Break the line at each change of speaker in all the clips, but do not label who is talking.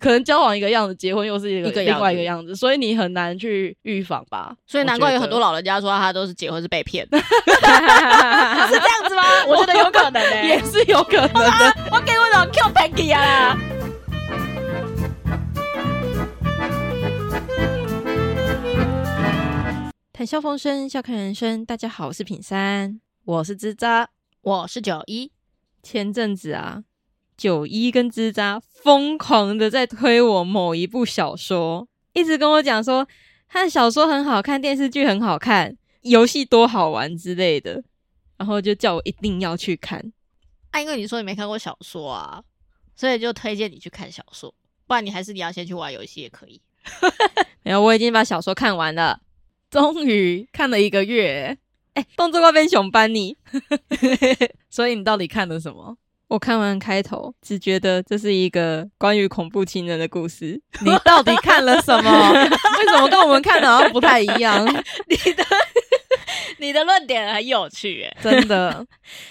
可能交往一个样子，结婚又是一个
一个样
另
子
外一个样子，所以你很难去预防吧？
所以难怪有很多
老
老人家说他都是结婚是被 骗，啊
是这样子 吗？我觉得有可能
欸
诶、
也是有可能的。
我给我老 Q Peggy 啊！
谈笑风生，笑看人生。大家好，我是品三。
我是枝扎，
我是九一，
前阵子啊，九一跟枝扎疯狂的在推我某一部小说，一直跟我讲说他的小说很好看，电视剧很好看，游戏多好玩之类的，然后就叫我一定要去看。
啊，因为你说你没看过小说啊，所以就推荐你去看小说，不然你还是你要先去玩游戏也可以。
没有，我已经把小说看完了。
终于看了一个月，
哎，动作怪变熊班尼，
所以你到底看了什么？
我看完开头，只觉得这是一个关于恐怖情人的故事。
你到底看了什 么？为什么跟我们看的好像不太一样？
你的论点很有趣、欸，
真的，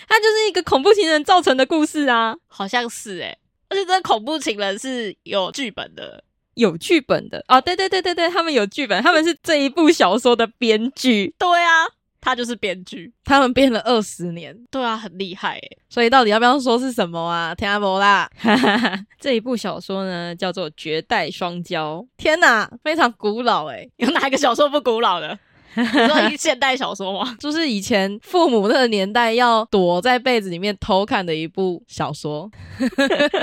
它就是一个恐怖情人造成的故事啊，
好像是哎、而且这个恐怖情人是有剧本的，
有剧本的哦，对对对对对，他们有剧本，他们是这一部小说的编剧。
对啊，他就是编剧，
他们编了二十年，
对啊，很厉害哎、
所以到底要不要说是什么啊？天阿伯啦！
哈哈哈，这一部小说呢叫做《绝代双骄》，
天哪，非常古老哎、
有哪一个小说不古老的？你说现代小说吗？
就是以前父母那个年代要躲在被子里面偷看的一部小说。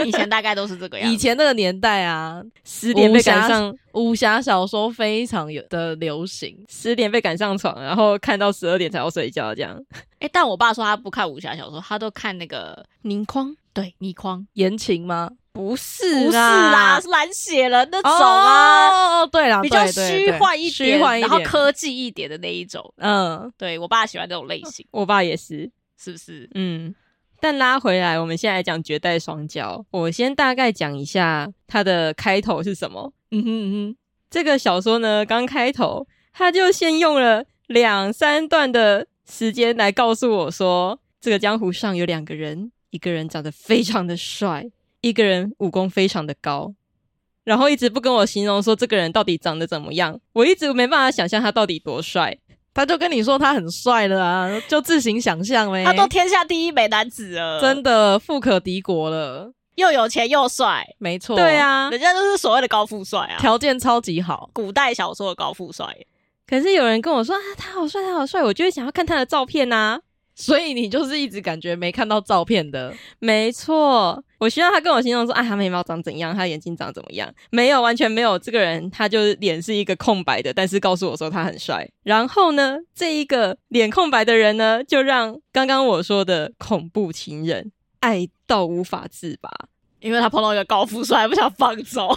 以前大概都是这个样
以
子。
前那个年代啊，
十点被
武侠
赶上，
武侠小说非常有的流行。
十点被赶上床，然后看到十二点才要睡觉，这样。
哎、但我爸说他不看武侠小说，他都看那个
倪匡
对倪匡，
言情吗？
不是
不是啦，
啦，
是蓝血人那种啊。
哦哦，对啦，
比较
对对
虚
对
幻一点，
虚幻一
然后
点。
科技一点的那一种。
嗯，
对我爸喜欢这种类型，
哦
我爸也是，
是不是？
嗯。但拉回来，我们现在讲《绝代双骄》，我先大概讲一下它的开头是什么。
嗯哼嗯
这个小说呢，刚开头他就先用了两三段的时间来告诉我说，这个江湖上有两个人，一个人长得非常的帅，一个人武功非常的高，然后一直不跟我形容说这个人到底长得怎么样，我一直没办法想象他到底多帅。
哼，他就跟你说他很帅了啊，就自行想 象呗。
他都天下第一美男子了，
真的富可敌国了，
又有钱又帅，
没错。
对，啊，
人家就是所谓的高富帅啊，
条件超级好。
古代小说的高富帅。
可是有人跟我说啊，他好帅，他好帅，我就会想要看他的照片啊呐、
所以你就是一直感觉没看到照片的，
没错，我需要他跟我形容说啊，他眉毛长怎样，他眼睛长怎么样？没有，完全没有。这个人他就是脸是一个空白的，但是告诉我说他很帅。然后呢，这一个脸空白的人呢，就让刚刚我说的恐怖情人爱到无法自拔。
因为他碰到一个高富帅，不想放 走。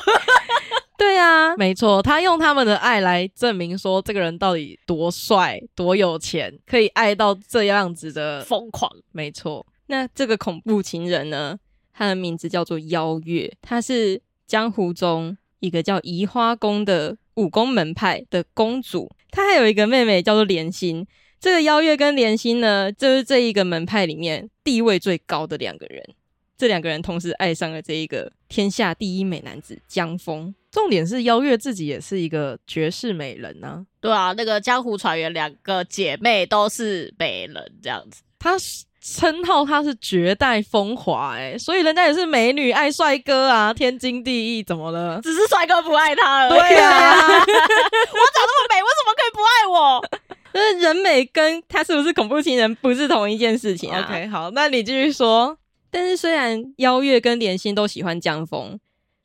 对啊，
没错，他用他们的爱来证明说这个人到底多帅、多有钱，可以爱到这样子的。
疯狂，
没错，
那这个恐怖情人呢，他的名字叫做邀月，他是江湖中一个叫移花宫的武功门派的公主，她还有一个妹妹叫做莲心。这个邀月跟莲心呢，就是这一个门派里面地位最高的两个人。这两个人同时爱上了这一个天下第一美男子江峰。
重点是邀月自己也是一个绝世美人啊。
对啊，那个江湖船员两个姐妹都是美人，这样子。
她是称号她是绝代风华、欸，所以人家也是美女爱帅哥啊，天经地义，怎么了？
只是帅哥不爱他而已。
对啊
我长那么美，为什么可以不爱我？
就是人美跟他是不是恐怖情人不是同一件事情啊
OK，好，那你继续说。
但是虽然邀月跟莲心都喜欢江枫，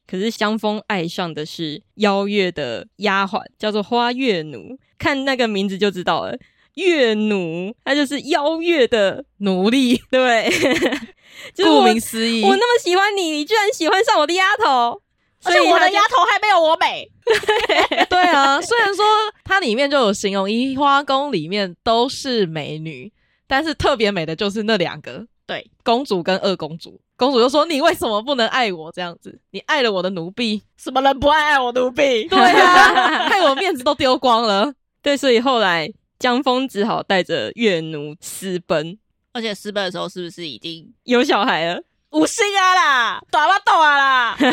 可是江枫爱上的是邀月的丫鬟，叫做花月奴。看那个名字就知道了，月奴，她就是邀月的
奴隶，
对， 就是
顾
我
名思义，
我那么喜欢你，你居然喜欢上我的丫头，所
而
以
且我
她
的
就
丫头还没有我美。
对啊，虽然说它里面就有形容移花宫里面都是美女，但是特别美的就是那两个，
对，
公主跟二公主。公主就说：“你为什么不能爱我这样子？你爱了我的奴婢，
什么人不爱爱我奴婢？
对啊，害我面子都丢光了。
对，所以后来江枫只好带着月奴私奔，
而且私奔的时候是不是已经
有小孩了。
五星啊啦，打巴斗啊啦，
把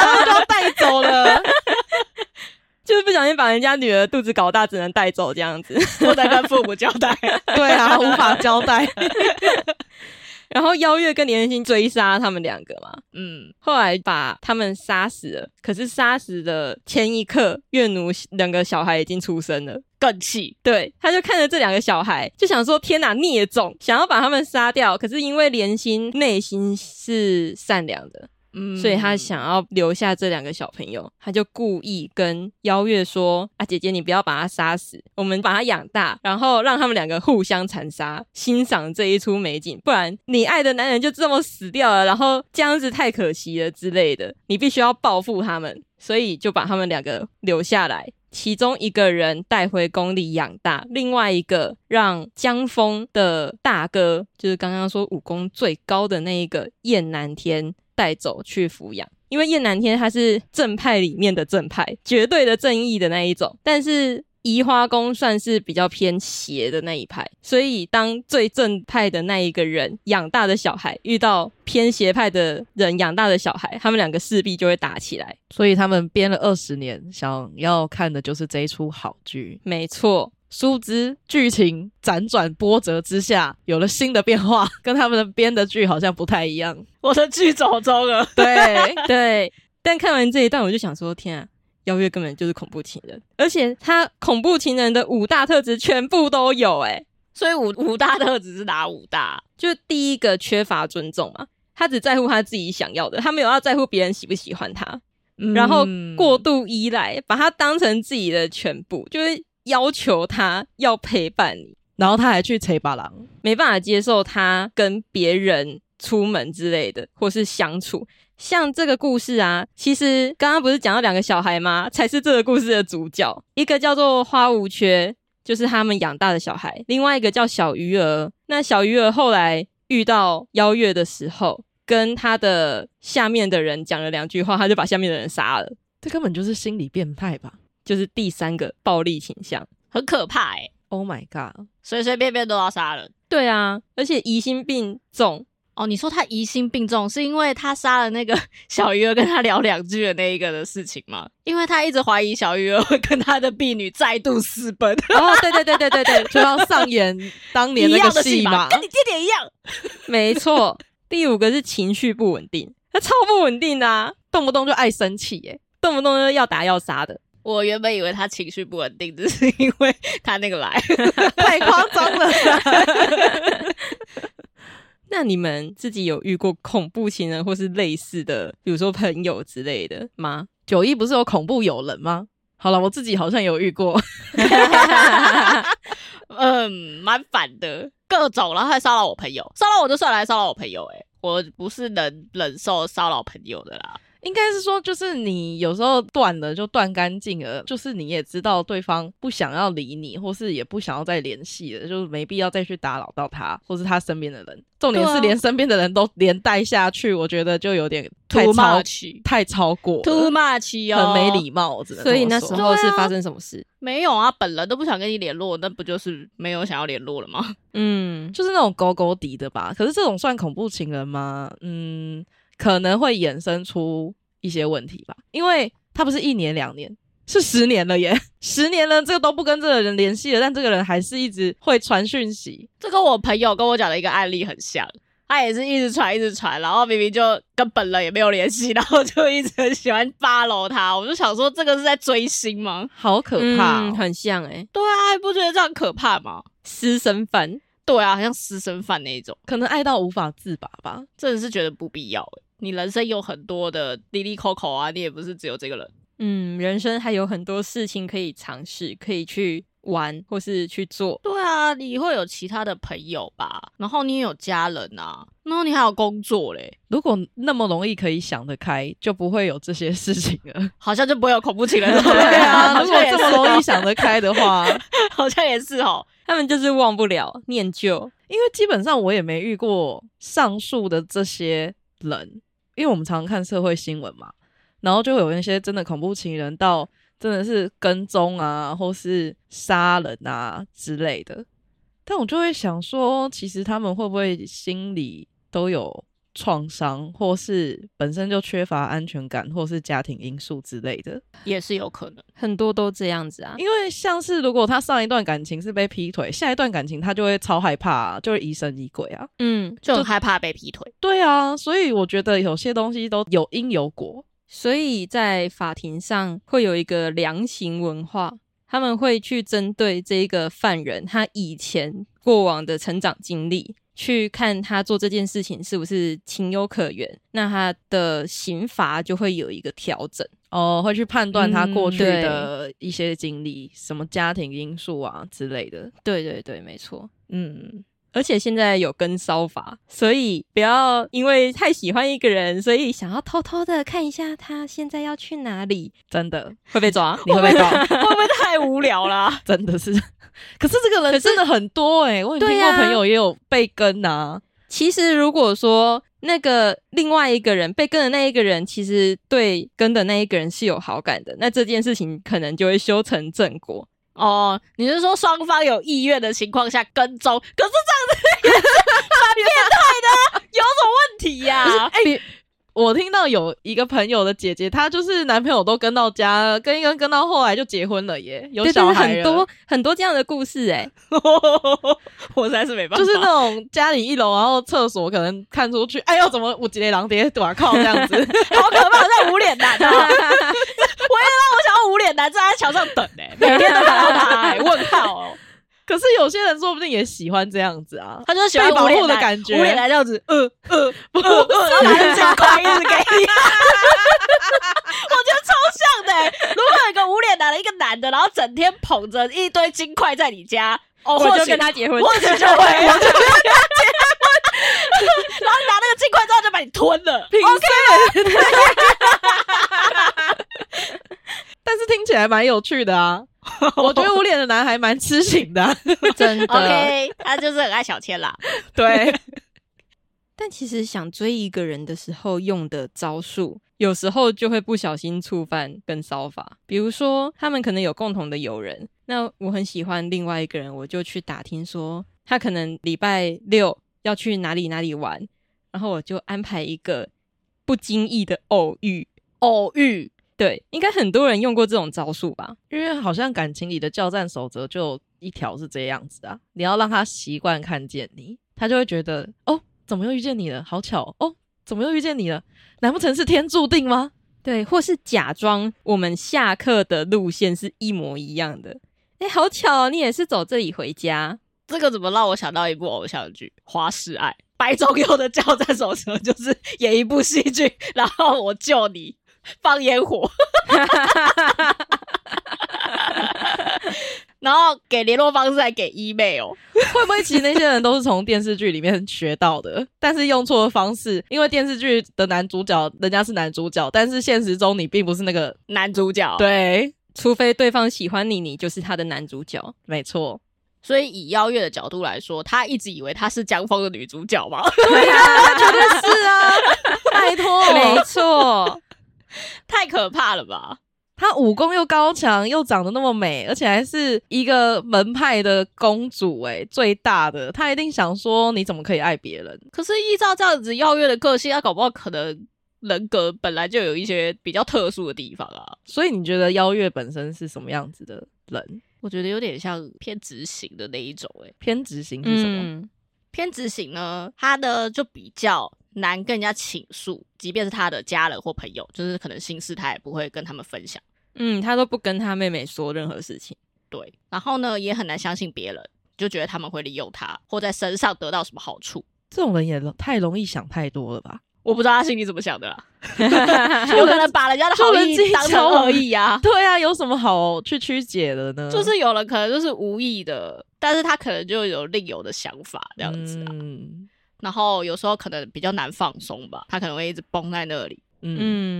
他们都带
小心把人家女儿肚子搞大，只能带走这样子。
不能跟父母交代。
对啊，无法交代。
然后邀月跟连心追杀他们两个嘛，
嗯，
后来把他们杀死了。可是杀死的前一刻，月奴两个小孩已经出生了。
更气，
对，他就看着这两个小孩，就想说：“天哪，孽种！”想要把他们杀掉。可是因为莲心内心是善良的，
嗯
所以他想要留下这两个小朋友，他就故意跟邀月说：“啊，姐姐，你不要把他杀死，我们把他养大，然后让他们两个互相残杀，欣赏这一出美景。不然，你爱的男人就这么死掉了，然后这样子太可惜了之类的。你必须要报复他们，所以就把他们两个留下来。”其中一个人带回宫里养大，另外一个让江峰的大哥，就是刚刚说武功最高的那一个燕南天带走去抚养。因为燕南天他是正派里面的正派，绝对的正义的那一种，但是移花宫算是比较偏邪的那一派，所以当最正派的那一个人养大的小孩遇到偏邪派的人养大的小孩，他们两个势必就会打起来。
所以他们编了二十年，想要看的就是这一出好剧。
没错，
殊不知剧情辗转波折之下，有了新的变化， 跟他们的编的剧好像不太一样。
我的剧走中了。
对，
对，但看完这一段，我就想说，天啊，邀月根本就是恐怖情人，而且他恐怖情人的五大特质全部都有、欸，诶，
所以五五大特只是哪五大？
就第一个缺乏尊重嘛，他只在乎他自己想要的，他没有要在乎别人喜不喜欢他，
嗯
然后过度依赖，把他当成自己的全部，就是要求他要陪伴你，
然后他还去扯巴郎，
没办法接受他跟别人出门之类的，或是相处。像这个故事啊，其实刚刚不是讲到两个小孩吗？才是这个故事的主角，一个叫做花无缺，就是他们养大的小孩；另外一个叫小鱼儿。那小鱼儿后来遇到邀月的时候，跟他的下面的人讲了两句话，他就把下面的人杀了，
这根本就是心理变态吧
就是第三个暴力倾向。
很可怕哎、
？Oh my god！
随随便便都要杀人。
对啊，而且疑心病重，
哦，你说他疑心病重，是因为他杀了那个小鱼儿，跟他聊两句的那一个的事情吗？因为他一直怀疑小鱼儿会跟他的婢女再度私奔，
哦，对对对对对对，就要上演当年
一
那
样
个
的
戏
戏
嘛
码，。跟你爹爹一样。
没错，第五个是情绪不稳定，他超不稳定的、啊，
动不动就爱生气耶、
动不动就要打要杀的。
我原本以为他情绪不稳定，只是因为他那个来，
太夸张了啦。
那你们自己有遇过恐怖情人或是类似的，比如说朋友之类的吗？
九一不是有恐怖友人吗？好了，我自己好像有遇过，
嗯，蛮反的，各种，然后还骚扰我朋友，骚扰我就算了，还骚扰我朋友、欸，我不是能忍受骚扰朋友的啦。
应该是说，就是你有时候断了就断干净了，就是你也知道对方不想要理你，或是也不想要再联系了，就是没必要再去打扰到他或是他身边的人。重点
对
是
啊
连身边的人都连带下去，我觉得就有点太
Too
超
much，too
太超过了
much 哦，
很没礼貌，真的。
所以那时候是
对啊
发生什么事？
没有啊，本人都不想跟你联络，那不就是没有想要联络了吗？
嗯，
就是那种狗狗底的吧。可是这种算恐怖情人吗？嗯，可能会衍生出一些问题吧，因为他不是一年两年。是十年了耶，十年了，这个都不跟这个人联系了，但这个人还是一直会传讯息，
这跟我朋友跟我讲的一个案例很像，他也是一直传一直传，然后明明就跟本人也没有联系，然后就一直很喜欢 follow 他，我就想说这个是在追星吗？
好可怕哦、
嗯很像哎、
对啊，你不觉得这样可怕吗？
私生饭。
对啊，好像私生饭那一种，
可能爱到无法自拔吧。
真的是觉得不必要、欸。你人生有很多的滴滴扣扣啊，你也不是只有这个人。
嗯，人生还有很多事情可以尝试，可以去玩或是去做。
对啊，你会有其他的朋友吧，然后你也有家人啊，然后你还有工作嘞，
如果那么容易可以想得开，就不会有这些事情了。
好像就不会有恐怖情人 了。
对啊，
好
如果
像也
这
是
么容易
哦，
想得开的话，
好像也是哦。
他们就是忘不了念旧，
因为基本上我也没遇过上述的这些人，因为我们常常看社会新闻嘛，然后就会有那些真的恐怖情人到真的是跟踪啊，或是杀人啊之类的。但我就会想说，其实他们会不会心里都有创伤，或是本身就缺乏安全感，或是家庭因素之类的。
也是有可能。
很多都这样子啊。
因为像是如果他上一段感情是被劈腿，下一段感情他就会超害怕、啊，就会疑神疑鬼啊。
嗯，
就很害怕被劈腿，
对啊，所以我觉得有些东西都有因有果。
所以在法庭上会有一个量刑文化，他们会去针对这一个犯人他以前过往的成长经历，去看他做这件事情是不是情有可原，那他的刑罚就会有一个调整。
哦，会去判断他过去
嗯对
的一些经历，什么家庭因素啊之类的。
对对对，没错。
嗯，
而且现在有跟骚法，所以不要因为太喜欢一个人，所以想要偷偷的看一下他现在要去哪里，
真的，
会被抓。
你会被告，
会不会太无聊啦、
真的是。 可是这个人真的很多哎、我有听
对
过
啊
朋友也有被跟啊，
其实如果说那个另外一个人被跟的那一个人，其实对跟的那一个人是有好感的，那这件事情可能就会修成正果。
哦，你是说双方有意愿的情况下跟踪？可是这样子也是蛮变态的啊，有什么问题呀、
哎、我听到有一个朋友的姐姐，她就是男朋友都跟到家了，跟一跟跟到后来就结婚了耶，有
对对
小
对，
孩
很
了
多很多这样的故事哎、
我实在是 没办法，
就是那种家里一楼，然后厕所可能看出去，哎呦，怎么我几雷狼蝶短靠这样子？
好可怕，那无脸 男啊！我也让我想要无脸男站在墙上等呢、 每天都看到他、欸，问号哦。
可是有些人说不定也喜欢这样子啊。
他就是喜欢
被保护
无脸
的
男
感觉
无脸男这样子， 呃呃呃
嗯
呃，然后拿着金块一直给你。我觉得超像的、欸，如果有一个无脸男的一个男的，然后整天捧着一堆金块在你家，哦，
我
或
就
许
跟他结婚，
或许就会，我就跟他结婚，然后拿那个金块之后就把你吞了。
凭什么但是听起来蛮有趣的啊， 我觉得无脸的男孩蛮痴情的啊、
真的。
OK，他就是很爱小千啦。
对，
但其实想追一个人的时候用的招数，有时候就会不小心触犯跟骚法。比如说，他们可能有共同的友人，那我很喜欢另外一个人，我就去打听说他可能礼拜六要去哪里哪里玩，然后我就安排一个不经意的偶遇。
偶遇，
对，应该很多人用过这种招数吧？
因为好像感情里的教战守则就一条是这样子啊，你要让他习惯看见你，他就会觉得哦，怎么又遇见你了？好巧哦哦，怎么又遇见你了？难不成是天注定吗？
对，或是假装我们下课的路线是一模一样的。哎，好巧、哦，你也是走这里回家。
这个怎么让我想到一部偶像剧《花式爱》？白中佑的教战手册就是演一部戏剧，然后我救你放烟火，然后给联络方式还给 email，
会不会其实那些人都是从电视剧里面学到的，但是用错方式？因为电视剧的男主角人家是男主角，但是现实中你并不是那个。
男主角。，
对，
除非对方喜欢你，你就是他的男主角。
没错，
所以以邀月的角度来说，他一直以为她是江峰的女主角嘛，
是 啊，拜托，
没错，
太可怕了吧？
她武功又高强，又长得那么美，而且还是一个门派的公主、欸，最大的，她一定想说你怎么可以爱别人？
可是依照这样子邀月的个性，他搞不好可能人格本来就有一些比较特殊的地方啊。
所以你觉得邀月本身是什么样子的人？
我觉得有点像偏执型的那一种、欸，
偏执型是什么？
嗯，
偏执型呢，他的就比较难跟人家倾诉，即便是他的家人或朋友，就是可能心事他也不会跟他们分享，
嗯，他都不跟他妹妹说任何事情。
对，然后呢也很难相信别人，就觉得他们会利用他或在身上得到什么好处。
这种人也太容易想太多了吧？
我不知道他心里怎么想的啦，有可能把人家的好
就人
意
际
当
交
成
往
恶意啊，
对啊，有什么好去曲解的呢？
就是有人可能就是无意的，但是他可能就有另有的想法这样子啊，
嗯
然后有时候可能比较难放松吧，他可能会一直绷在那里。
嗯，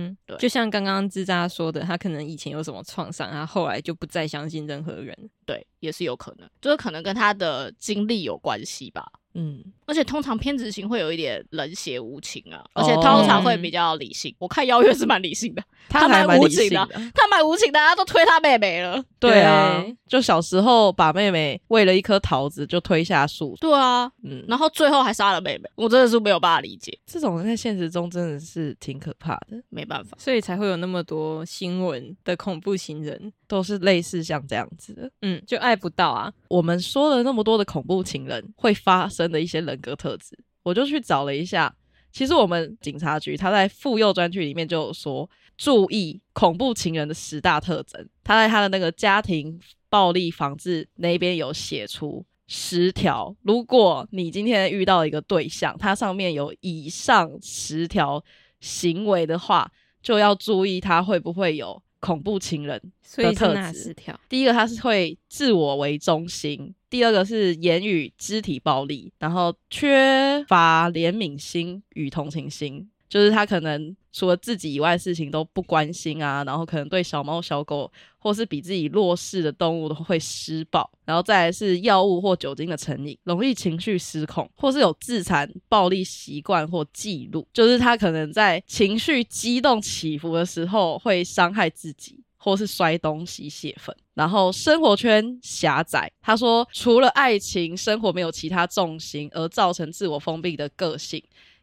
嗯，
对
就像刚刚吱喳说的，他可能以前有什么创伤，他后来就不再相信任何人。
对，也是有可能，就是可能跟他的经历有关系吧。
嗯，
而且通常偏执型会有一点冷血无情啊，
哦
而且通常会比较理性。我看邀月是蛮理性的，
他还
蛮
蛮
无
理
情
性
的
的
他蛮百无情的、啊，都推他妹妹了。
对啊，就小时候把妹妹为了一颗桃子就推下树，
对啊，
嗯，
然后最后还杀了妹妹，我真的是没有办法理解，
这种人在现实中真的是挺可怕的，
没办法。
所以才会有那么多新闻的恐怖情人，
都是类似像这样子的。
嗯，就爱不到啊，
我们说了那么多的恐怖情人会发生的一些人格特质，我就去找了一下。其实我们警察局他在妇幼专区里面就有说，注意恐怖情人的十大特征，他在他的那个家庭暴力防治那一边有写出十条。如果你今天遇到一个对象，他上面有以上十条行为的话，就要注意他会不会有恐怖情人
所
的
以是
特
哪
质。
十条？
第一个他是会自我为中心，第二个是言语肢体暴力，然后缺乏怜悯心与同情心，就是他可能除了自己以外的事情都不关心啊，然后可能对小猫小狗或是比自己弱势的动物都会施暴，然后再来是药物或酒精的成瘾，容易情绪失控，或是有自残、暴力习惯或记录，就是他可能在情绪激动起伏的时候会伤害自己。或是摔东西、泄愤，然后生活圈狭窄。他说，除了爱情，生活没有其他重心，而造成自我封闭的个性，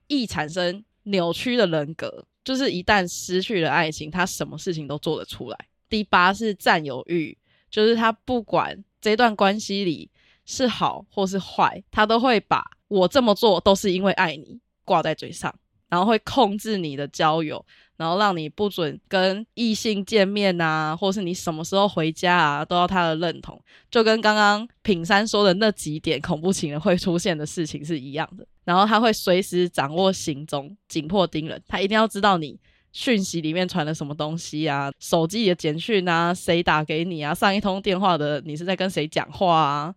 易产生扭曲的人格。就是一旦失去了爱情，他什么事情都做得出来。第八是占有欲，就是他不管这段关系里是好或是坏，他都会把我这么做都是因为爱你挂在嘴上，然后会控制你的交友，然后让你不准跟异性见面啊，或是你什么时候回家啊，都要他的认同，就跟刚刚品山说的那几点恐怖情人会出现的事情是一样的。然后他会随时掌握行踪，紧迫盯人，他一定要知道你讯息里面传了什么东西啊，手机里的简讯啊，谁打给你啊，上一通电话的你是在跟谁讲话啊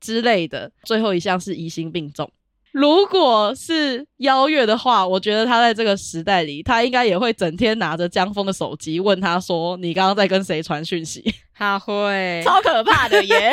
之类的。最后一项是疑心病重。如果是邀月的话，我觉得他在这个时代里，他应该也会整天拿着江峰的手机问他说：“你刚刚在跟谁传讯息
他会
超可怕的耶！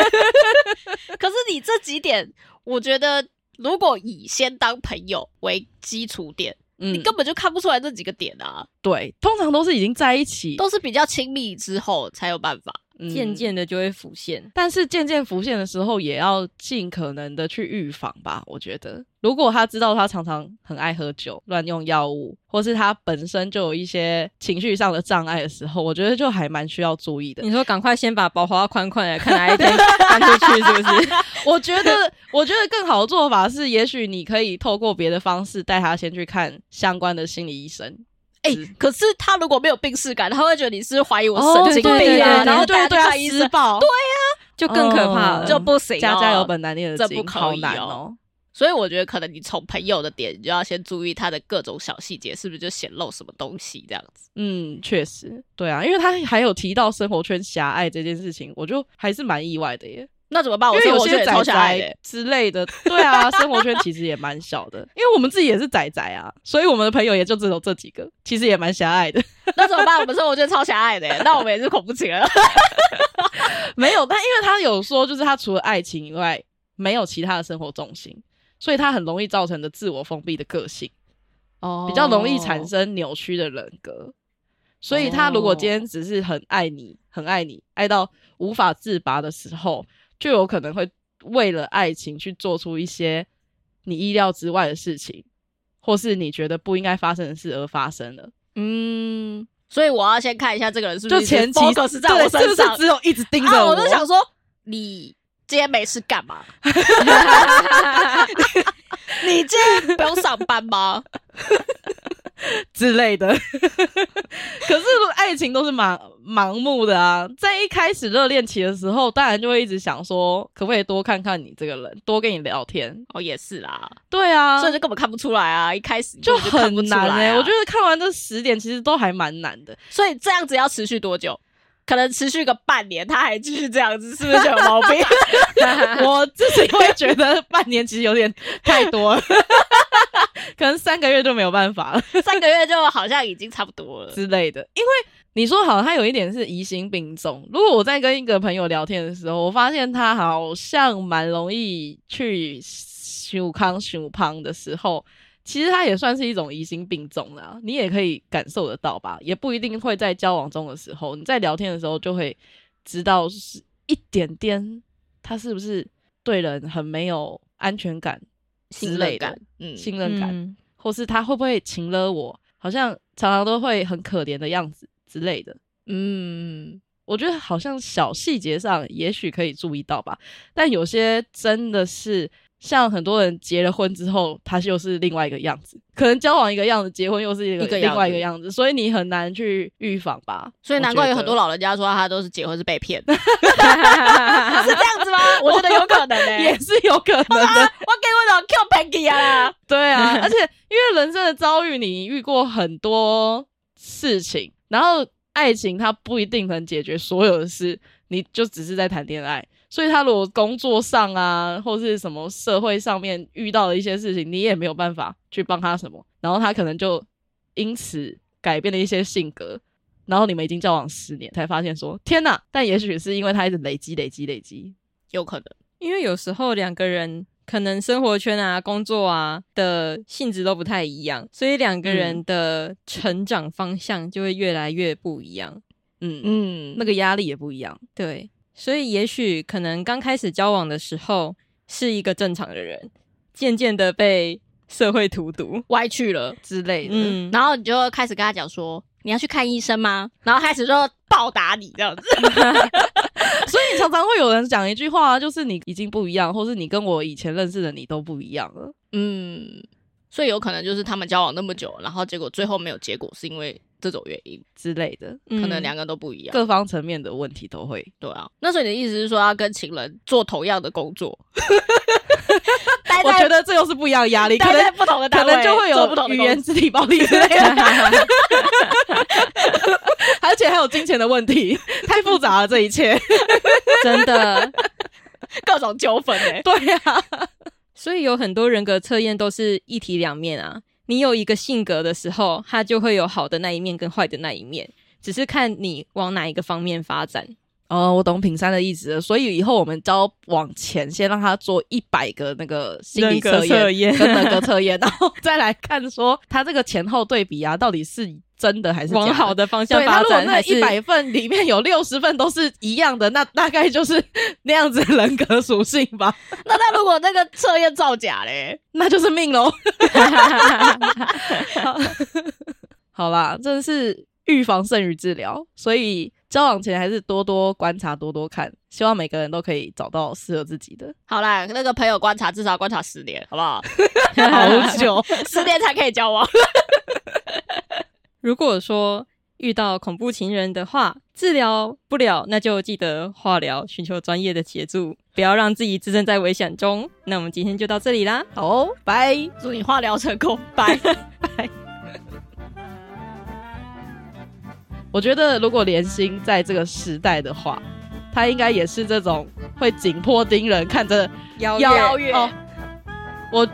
可是你这几点，我觉得如果以先当朋友为基础点，？”
嗯
你，根本就看不出来这几个点啊，
对，通常都是已经在一起，
都是比较亲密之后才有办法。
嗯
渐渐的就会浮现。
但是渐渐浮现的时候，也要尽可能的去预防吧。我觉得，如果他知道他常常很爱喝酒、乱用药物，或是他本身就有一些情绪上的障碍的时候，我觉得就还蛮需要注意的。
你说赶快先把宝华款款来看哪一天搬出去是不是？
我觉得， 我觉得更好的做法是，也许你可以透过别的方式带他先去看相关的心理医生。
哎、
是
可是他如果没有病视感，他会觉得你是怀疑我
哦
神经病啊，
对
对对
然后
对对
带
对
去
他
看医
施
生，
暴
对，
就更可怕了。
嗯
就不行、哦。
家家有，本难念的
这不
经，
可以
好难
哦
哦。
所以我觉得可能你从朋友的点，你就要先注意他的各种小细节，是不是就显露什么东西这样子。
嗯，确实，对啊，因为他还有提到生活圈狭隘这件事情，我就还是蛮意外的耶。
那怎么办？我
因
哦
为
生
有
活圈
些
也
仔
超狭隘的、
仔之类的，对啊，生活圈其实也蛮小的，因为我们自己也是仔仔啊，所以我们的朋友也就只有这几个，其实也蛮狭隘的。
那怎么办？我们生活圈超狭隘的、那我们也是恐怖情人。
没有，但因为他有说，就是他除了爱情以外，没有其他的生活重心，所以他很容易造成的自我封闭的个性，
哦
比较容易产生扭曲的人格。所以他如果今天
哦
只是很爱你，很爱你，爱到无法自拔的时候，就有可能会为了爱情去做出一些你意料之外的事情，或是你觉得不应该发生的事而发生了。
嗯，
所以我要先看一下这个人是不
就是前期
focus 在我
对是
身
不是
上。
只有一直盯着
啊，
我
我就想说，你今天没事干嘛？你今天不用上班 吗？
之类 的。可是爱情都是盲盲目的啊，在一开始热恋期的时候，当然就会一直想说，可不可以多看看你这个人，多跟你聊天。
哦，也是啦，
对啊，
所以就根本看不出来啊，一开始你根
就
本就看
很
不出来
难
啊、
哎、我觉得看完这十点，其实都还蛮难 的。
所以这样子要持续多久？可能持续个半年，他还继续这样子，是不是就有毛病？
我自己会觉得半年其实有点太多 了，可能三个月就没有办法了
三个月就好像已经差不多了。
之类的。因为你说好，他有一点是疑心病重。如果我在跟一个朋友聊天的时候，我发现他好像蛮容易去修康修胖的时候，其实它也算是一种疑心病重啦、你也可以感受得到吧，也不一定会在交往中的时候，你在聊天的时候就会知道是一点点他是不是对人很没有安全感之
信任
类的
感，
嗯，信任感，
嗯
或是他会不会情了我，好像常常都会很可怜的样子之类的。
嗯，
我觉得好像小细节上也许可以注意到吧，但有些真的是像很多人结了婚之后，他又是另外一个样子，可能交往一个样子，结婚又是一个
一个样
另
子
外一个样子，所以你很难去预防吧。
所以难怪有很多老人家说他都是结婚是被 骗，是这样子吗？我觉得有可能
我
诶、
觉得 也是有可能
啊，
的，
我给我老 Q Peggy 啊啦，
对啊，而且因为人生的遭遇，你遇过很多事情，然后爱情它不一定能解决所有的事，你就只是在谈恋爱。所以他如果工作上啊，或是什么社会上面遇到的一些事情，你也没有办法去帮他什么，然后他可能就因此改变了一些性格，然后你们已经交往十年，才发现说天哪！但也许是因为他一直累积、累积、累积，
有可能。
因为有时候两个人可能生活圈啊、工作啊的性质都不太一样，所以两个人的成长方向就会越来越不一样。
嗯嗯，
嗯
那个压力也不一样，
对，所以也许可能刚开始交往的时候是一个正常的人，渐渐的被社会荼毒。
歪去了，
之类的。
嗯，
然后你就开始跟他讲说你要去看医生吗？然后开始就暴打你这样子，
所以常常会有人讲一句话，就是你已经不一样，或是你跟我以前认识的你都不一样了。
嗯，所以有可能就是他们交往那么久，然后结果最后没有结果，是因为这种原因，
之类的，
嗯
可能两个都不一样。
各方层面的问题都会。
对啊，那所以你的意思是说要跟情人做同样的工作， 待
我
在
觉得这又是不一样的压力，可
待在
能
不同的
可
单位，
能就会
做不同
有
的
语
工
言
作。
肢体暴力之类 的，而且还有金钱的问 题，太复杂了这一切。
真的，
各种纠纷哎、
对啊，
所以有很多人格测验都是一体两面啊。你有一个性格的时候，它就会有好的那一面跟坏的那一面，只是看你往哪一个方面发展。
哦，我懂品山的意思了，所以以后我们交往前先让他做一百个那个心理测
人格测
验
验
跟人格测验，然后再来看说他这个前后对比啊，到底是真的还是假
往
的
好的方向
对他
发
如果
展，
那
还是
一百份里面有六十份都是一样的，那大概就是那样子的人格属性吧，
那他如果那个测验造假嘞，
那就是命 喽。好啦，真的是预防胜于治疗，所以交往前还是多多观察，多多看，希望每个人都可以找到适合自己的。
好啦，那个朋友观察至少观察十年，好不好？
好久，
十年才可以交往。
如果说遇到恐怖情人的话，治疗不了，那就记得化疗，寻求专业的协助，不要让自己置身在危险中。那我们今天就到这里啦。
好哦，拜。
祝你化疗成功，拜。
我觉得如果连心在这个时代的话，他应该也
哦
是这种会紧迫盯人，看着
邀
邀哦，我